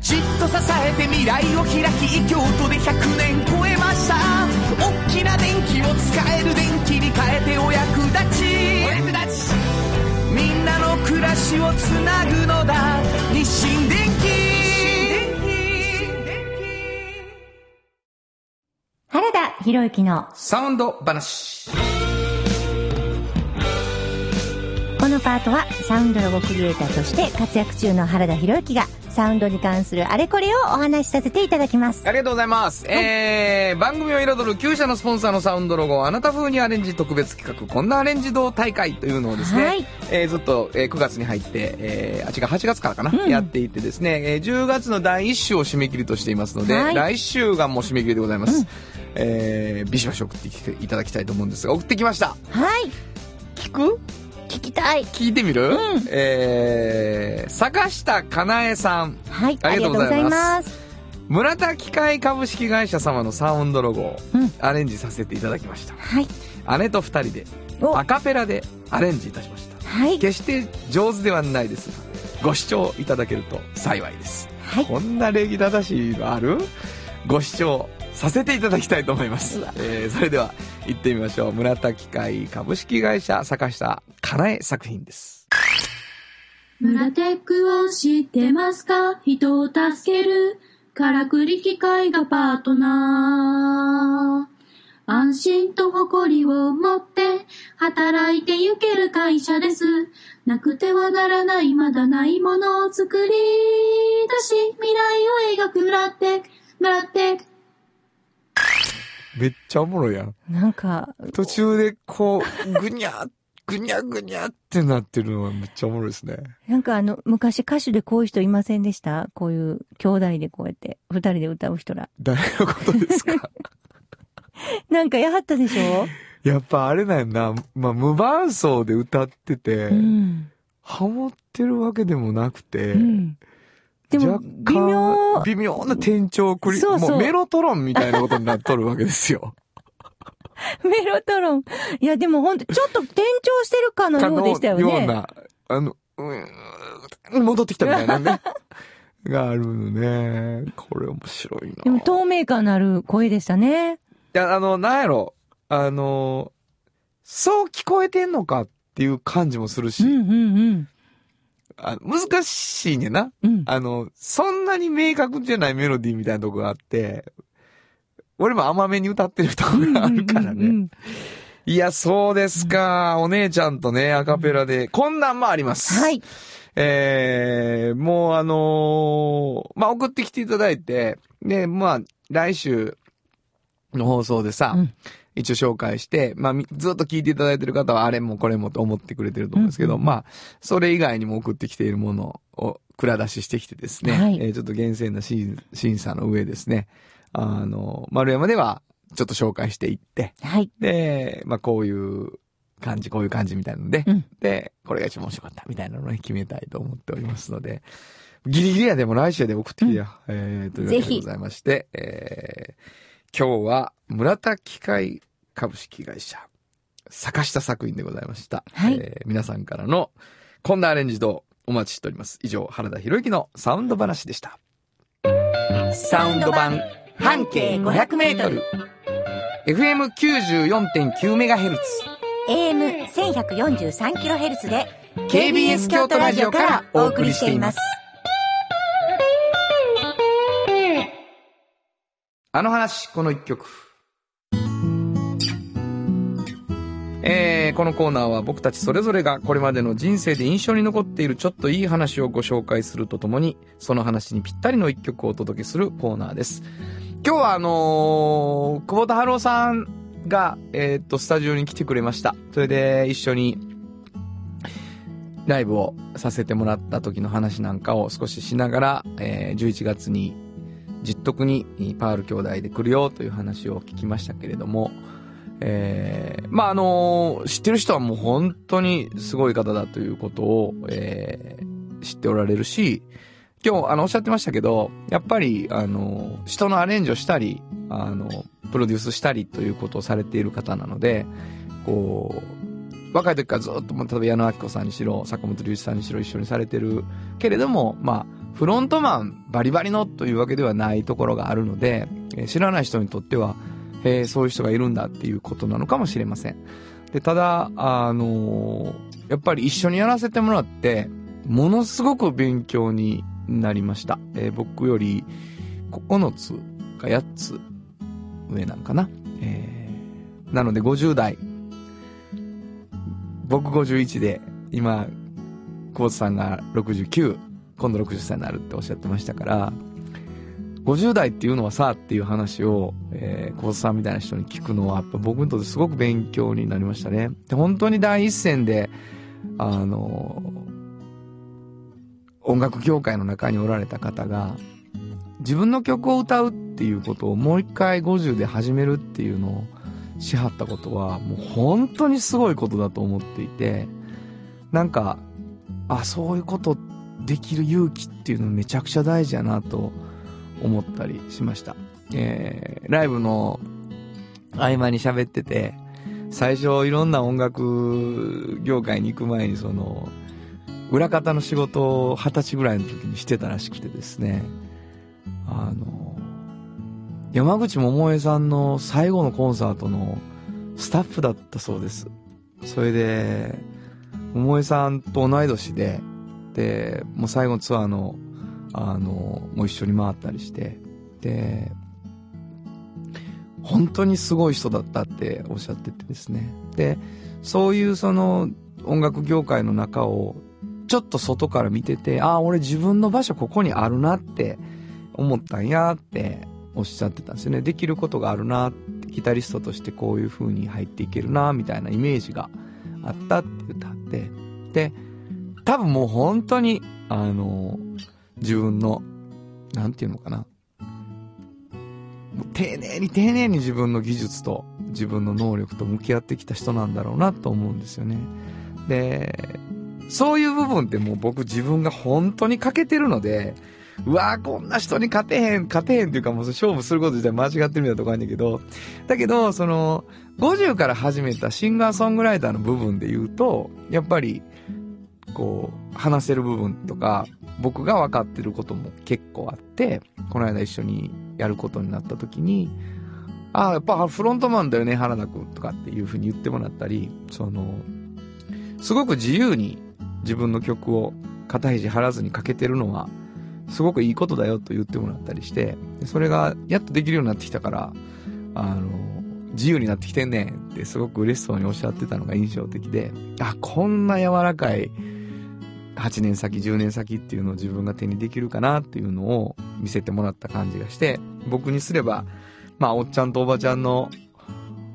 じっと支えて未来を開き京都で100年超えました大きな電気を使える電気に変えてお役立ちお役立ちみんなの暮らしをつなぐのだ日清電気
原田博之の
サウンド話。
このパートはサウンドロゴクリエイターとして活躍中の原田博之がサウンドに関するあれこれをお話しさせていただきます。
ありがとうございます。えー、番組を彩る旧社のスポンサーのサウンドロゴをあなた風にアレンジ特別企画、こんなアレンジ道大会というのをですね、
はい
えーずっと、えー9月に入って、えーあ、違う、8月からかな、
うん
やっていてですね、えー10月の第1週を締め切りとしていますので、
はい
来週がもう締め切りでございます。えー、ビシバシ送ってきていただきたいと思うんですが、送ってきました。
はい。
聞く
聞きたい。
聞いてみる、えー、坂下かなえさん。
はい。
ありがとうございます
ありがとうございます。
村田機械株式会社様のサウンドロゴを
うん
アレンジさせていただきました、
はい。
姉と二人で
お
アカペラでアレンジいたしました
はい。
決して上手ではないですがご視聴いただけると幸いです
はい。
こんな礼儀正しいのあるご視聴させていただきたいと思います、えーそれでは行ってみましょう村田機械株式会社坂下かなえ作品です
村テックを知ってますか人を助けるからくり機械がパートナー。安心と誇りを持って働いてゆける会社です。なくてはならないまだないものを作り出し未来を描く村テック、村テック。
めっちゃおもろいやん
なんか、
途中でこうぐにゃーっ ぐにゃぐにゃってなってるのはめっちゃおもろいですね。
なんかあの、昔歌手でこういう人いませんでしたこういう兄弟でこうやって、二人で歌う人ら。
誰のことですか
なんかやはったでしょ、
やっぱあれなんやな。まあ、無伴奏で歌ってて、
うん。
ハモってるわけでもなくて、
うん。でも、
若干
微妙。
微妙な転調を繰り、
そうそう
もうメロトロンみたいなことになっとるわけで すよ。
メロトロン。いや、でもほんと、ちょっと転調してるかのようでしたよね。
かのような、あの、うん、戻ってきたみたいな ね。があるのね。これ面白いな。
でも透明感のある声でしたね。
いや、あの、なんやろ。あの、そう聞こえてんのかっていう感じもする
う
し、
んうんうん。
あ難しいねんな。
うん。
あの、そんなに明確じゃないメロディーみたいなとこがあって、俺も甘めに歌ってるとこがあるから
うんうんう
ね。
ん
いや、そうですか。お姉ちゃんとね、アカペラで。こんなんもあります。
は。い。
えー、もうあのーまあ、送ってきていただいて、で、まあ、来週の放送でさ、
うん
一応紹介して、まあ、みずっと聞いていただいてる方は、あれもこれもと思ってくれてると思うんですけど、
うんうん
まあ、それ以外にも送ってきているものを蔵出ししてきてですね、
はい
えーちょっと厳正な審審査の上ですね、あの、丸山では、ちょっと紹介していって、
はい。
で、まあ、こういう感じ、こういう感じみたいなので、
うん
で、これが一番面白かったみたいなのをね決めたいと思っておりますので、ギリギリやでも来週やで送ってきてや。えー、というわけ
ぜ
で
ひ
ございまして、えー、今日は村田機械株式会社、坂下作品でございました。
はい
えー皆さんからのこんなアレンジとお待ちしております。以上、原田博之のサウンド話でした。サウンド版半径500メートル。FM94.9MHz。
AM 1143キロヘルツで
KBS 京都ラジオからお送りしています。あの話、この一曲。えーこのコーナーは僕たちそれぞれがこれまでの人生で印象に残っているちょっといい話をご紹介するとともに、その話にぴったりの一曲をお届けするコーナーです。今日はあのー久保田春夫さんが、えーっと、スタジオに来てくれました。それで一緒にライブをさせてもらった時の話なんかを少ししながら、えー11月に実得にパール兄弟で来るよという話を聞きましたけれども、えーまああの知ってる人はもう本当にすごい方だということを、えー知っておられるし、今日あのおっしゃってましたけど、やっぱりあの人のアレンジをしたり、あのプロデュースしたりということをされている方なので、こう、若い時からずっと、まあ例えば矢野明子さんにしろ、坂本龍一さんにしろ一緒にされてるけれども、まあ、フロントマンバリバリのというわけではないところがあるので、えー知らない人にとっては、へーそういう人がいるんだっていうことなのかもしれません。で、ただ、あのーやっぱり一緒にやらせてもらって、ものすごく勉強になりました。えー僕より9つか8つ上なんかな。えーなので50代僕51で、今、久保田さんが69、今度60歳になるっておっしゃってましたから、50代っていうのはさ、っていう話を、えー、久保田さんみたいな人に聞くのは、やっぱ僕にとってすごく勉強になりましたね。で、本当に第一線で、あの、音楽業界の中におられた方が、自分の曲を歌うっていうことをもう一回50で始めるっていうのを、しはったことはもう本当にすごいことだと思っていてなんかあそういうことできる勇気っていうのめちゃくちゃ大事やなと思ったりしました、えーライブの合間に喋ってて最初いろんな音楽業界に行く前にその裏方の仕事を二十歳ぐらいの時にしてたらしくてですねあの山口百恵さんの最後のコンサートのスタッフだったそうです。それで、百恵さんと同い年で、で、もう最後のツアーの、あの、もう一緒に回ったりして、で、本当にすごい人だったっておっしゃっててですね。で、そういうその音楽業界の中を、ちょっと外から見てて、ああ、俺自分の場所ここにあるなって思ったんやっておっしゃってたんですよね。できることがあるなって、ギタリストとしてこういう風に入っていけるなみたいなイメージがあったって歌って、で、多分もう本当に、あの、自分の、なんていうのかな。もう丁寧に丁寧に自分の技術と自分の能力と向き合ってきた人なんだろうなと思うんですよね。で、そういう部分ってもう僕自分が本当に欠けてるので、うわーこんな人に勝てへん、勝てへんっていうかもう勝負すること自体間違ってるみたいなとこあるんだけど、だけど、その、50から始めたシンガーソングライターの部分で言うと、やっぱり、こう、話せる部分とか、僕が分かってることも結構あって、この間一緒にやることになった時に、ああ、やっぱフロントマンだよね、原田くんとかっていう風に言ってもらったり、その、すごく自由に自分の曲を肩肘張らずにかけてるのは、すごくいいことだよと言ってもらったりして、でそれがやっとできるようになってきたから、あの、自由になってきてんねんってすごく嬉しそうにおっしゃってたのが印象的で、あ、こんな柔らかい8年先、10年先っていうのを自分が手にできるかなっていうのを見せてもらった感じがして、僕にすれば、まあ、おっちゃんとおばちゃんの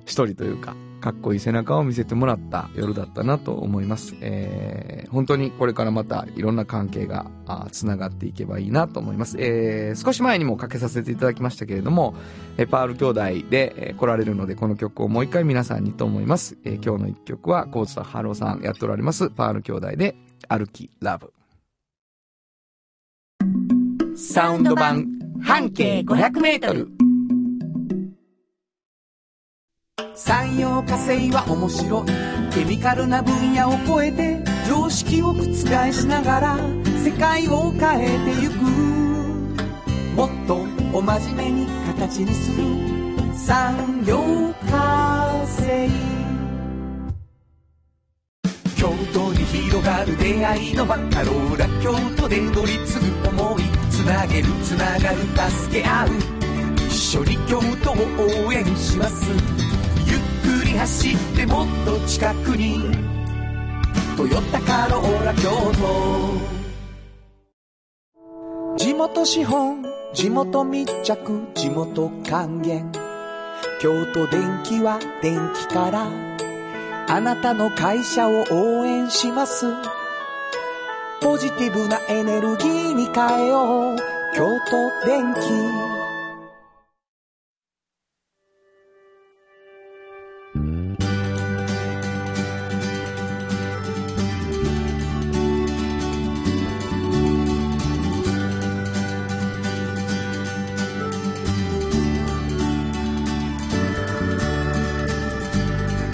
一人というか、かっこいい背中を見せてもらった夜だったなと思います。えー、本当にこれからまたいろんな関係があつながっていけばいいなと思います。えー、少し前にもかけさせていただきましたけれども、えーパール兄弟で、えー来られるのでこの曲をもう一回皆さんにと思います。えー今日の一曲は、コーツとハローさんやっておられます、パール兄弟で、歩きラブ。サウンド版、半径500メートル。
産業化成は面白いケミカルな分野を超えて常識を覆しながら世界を変えてゆくもっとお真面目に形にする産業化成京都に広がる出会いのバカローラ京都で乗り継ぐ思いつなげるつながる助け合う一緒に京都を応援しますゆっくり走ってもっと近くに「トヨタカローラ京都」地元資本地元密着地元還元京都電気は電気からあなたの会社を応援しますポジティブなエネルギーに変えよう京都電気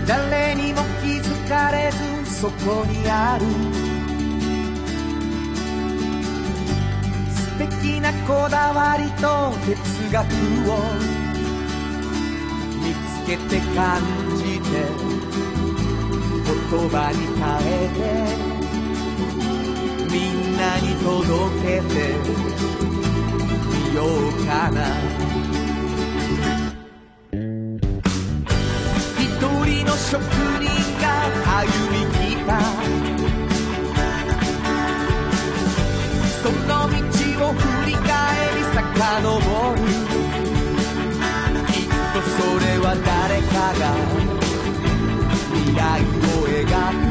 誰にも気づかれずそこにある素敵なこだわりと哲学を見つけて感じて言葉に変えてみんなに届けてみようかな一人の職人が歩みきたその道を振り返り遡るきっとそれは誰かが未来を描く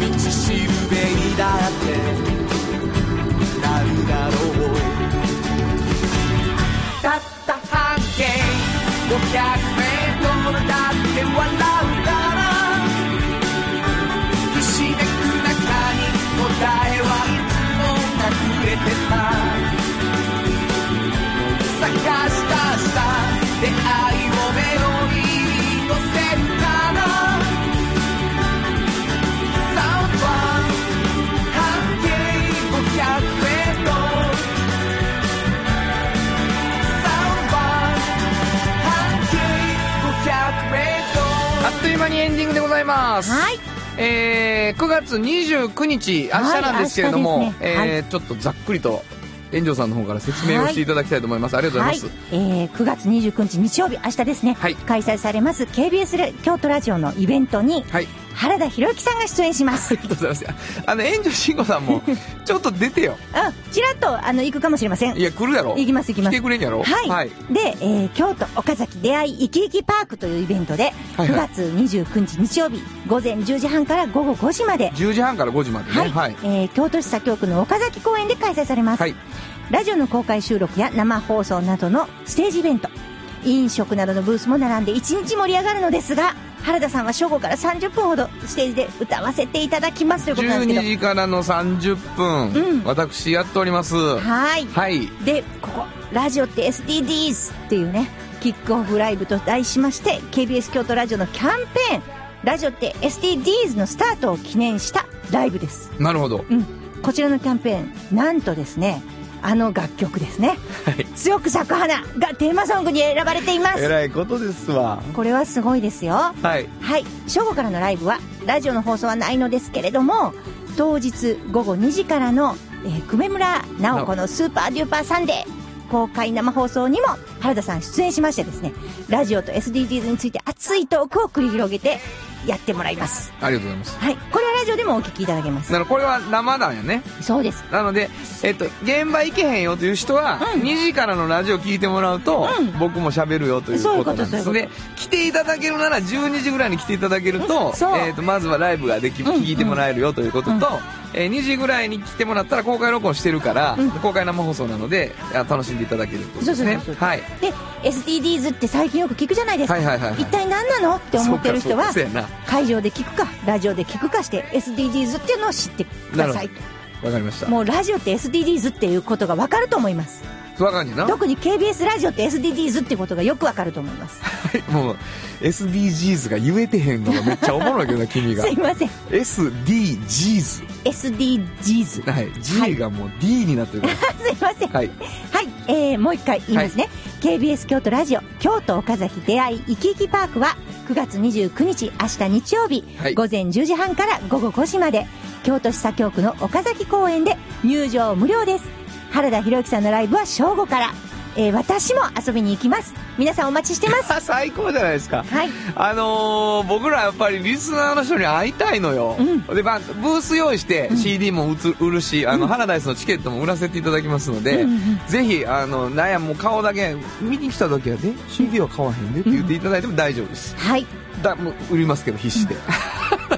道しるべにだってなるだろうたった半径500メートルだって笑うからひしめく中に答えはいつも隠れてた探したした出会いをメロディーに乗せるからサウンドワン半径500メートル
あっという間にエンディングでございます。
はい。
えー、9月29日、明日なんですけれども、
はい明日ですね
えーちょっとざっくりと、炎上さんの方から説明をしていただきたいと思います。ありがとうござ
はいい
ます。、
えー9月29日日曜日明日ですね、
はい
開催されます KBS 京都ラジオのイベントに
はい。
原田博之さんが出演しま
り
す。
がとうございます。あの、援助慎吾さ んも、ちょっと出てよ。
あ、ちらっと、あの、行くかもしれません。
いや、来るやろ。
行きます行きます
来てくれんやろ。
はい、で、えー京都岡崎出会い生き生きパークというイベントで、
はいはい
9月29日日曜日午前10時半から午後5時まで、
10時半から5時までね。
はい
はい。
えー京都市左京区の岡崎公園で開催されます、
はい
ラジオの公開収録や生放送などのステージイベント飲食などのブースも並んで1日盛り上がるのですが原田さんは正午から30分ほどステージで歌わせていただきますということなんで
12
すけ
時からの30分、
うん
私やっております。
どはい
はい。
でここラジオって SDGs っていうねキックオフライブと題しまして KBS 京都ラジオのキャンペーン「ラジオって SDGs」のスタートを記念したライブです、
なるほど。
うん、こちらのキャンペーンなんとですねあの楽曲ですね「強く咲く花」がテーマソングに選ばれています
いことですわ。
これはすごいですよ
はい。
はい正午からのライブはラジオの放送はないのですけれども当日午後2時からの、えー久米村直子の「スーパーデューパーサンデー」公開生放送にも原田さん出演しましてですねラジオと SDGs について熱いトークを繰り広げてやってもらいます
ありがとうございます。
はいこれはラジオでもお聞きいただけます
なのでこれは生なんやね。
そうです
なので、えっと、現場行けへんよという人は、
うん
2時からのラジオ聞いてもらうと、
うん
僕も喋るよという
そう
こ
いうこと
となんで
そ
す
うい
で来ていただけるなら12時ぐらいに来ていただけると,、
そう
えっとまずはライブができ、
ん
聞いてもらえるよということと、
うん
えー2時ぐらいに来てもらったら公開録音してるから、
うん
公開生放送なのであ楽しんでいただけるということですね
そうそうそうそう
はい
で SDGs って最近よく聞くじゃないですか、
はいはいはいはい
一体何なのって思ってる人
そうか
は
そうかそうや
会場で聞くかラジオで聞くかして SDGs っていうのを知ってください
なるなわかりました
もうラジオって SDGs っていうことが分かると思います
わかんねえな
特に KBS ラジオって SDGs ってことがよく分かると思います
もう SDGs が言えてへんのがめっちゃおもろいけどな君 が
すいません
SDGs
SDGs
はい G がもう D になってるから
すいません
はい
はい、えーもう一回言いますね、KBS 京都ラジオ京都岡崎出会い生き生きパークは9月29日明日日曜日、
はい
午前10時半から午後5時まで京都市左京区の岡崎公園で入場無料です原田博之さんのライブは正午から、えー私も遊びに行きます皆さんお待ちし てます
最高じゃないですか、
はい
あのー僕らやっぱりリスナーの人に会いたいのよ、
う
で、まあ、ブース用意して CD も売つ売るし、あのハラダイスのチケットも売らせていただきますので、
うんうん
ぜひあのなんやもう顔だけ見に来た時はね CD は買わへんでって言っていただいても大丈夫です、
はい
だもう売りますけど必死で、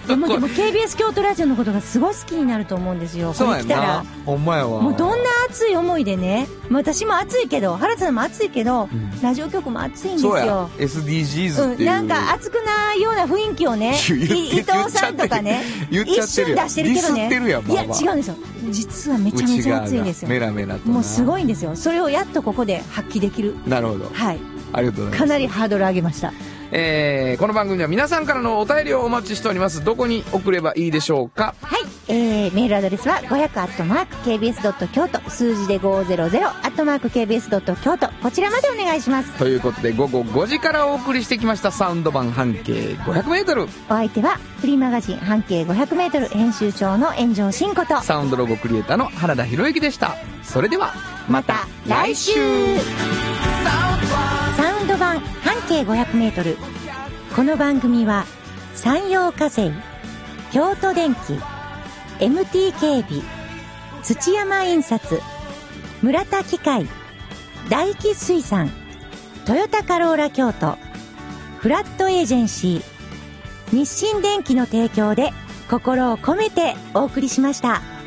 でもでも KBS 京都ラジオのことがすごい好きになると思うんですよ
そう
こ
や
れ
ん
来たら
なほんまやわ
もうどんな熱い思いでね、まあ、私も熱いけど原田さんも熱いけど、
ん
ラジオ局も熱いんです
そう
よ
や SDGs っていう、
ん、なんか熱くないような雰囲気をね、
言って
い伊藤さんとかね、
言っちゃ
一
ってる
瞬出してる
デ
けど
ィス
ね、
ってるやん
いや、
まあまあ
違うんですよ、実はめちゃめ
内
ちゃ
側
熱いん
が
です
メ
よ、
ラメラとな
もうすごいんですよ、それをやっとここで発揮できる、
なるほど
はい、
ありがとうございます
かなりハードル上げました、
えーこの番組では皆さんからのお便りをお待ちしておりますどこに送ればいいでしょうか
はい、えー、メールアドレスは500 k b s k y o t 数字で500 k b s k y o t こちらまでお願いします。
ということで午後5時からお送りしてきましたサウンド版半径 500m
お相手はフリーマガジン半径 500m 編集長の炎上真子と
サウンドロゴクリエイターの原田博之でしたそれでは
また来週サウンド版半径 500m この番組は山陽火星京都電機 MT 警備土山印刷村田機械大気水産トヨタカローラ京都フラットエージェンシー日清電機の提供で心を込めてお送りしました。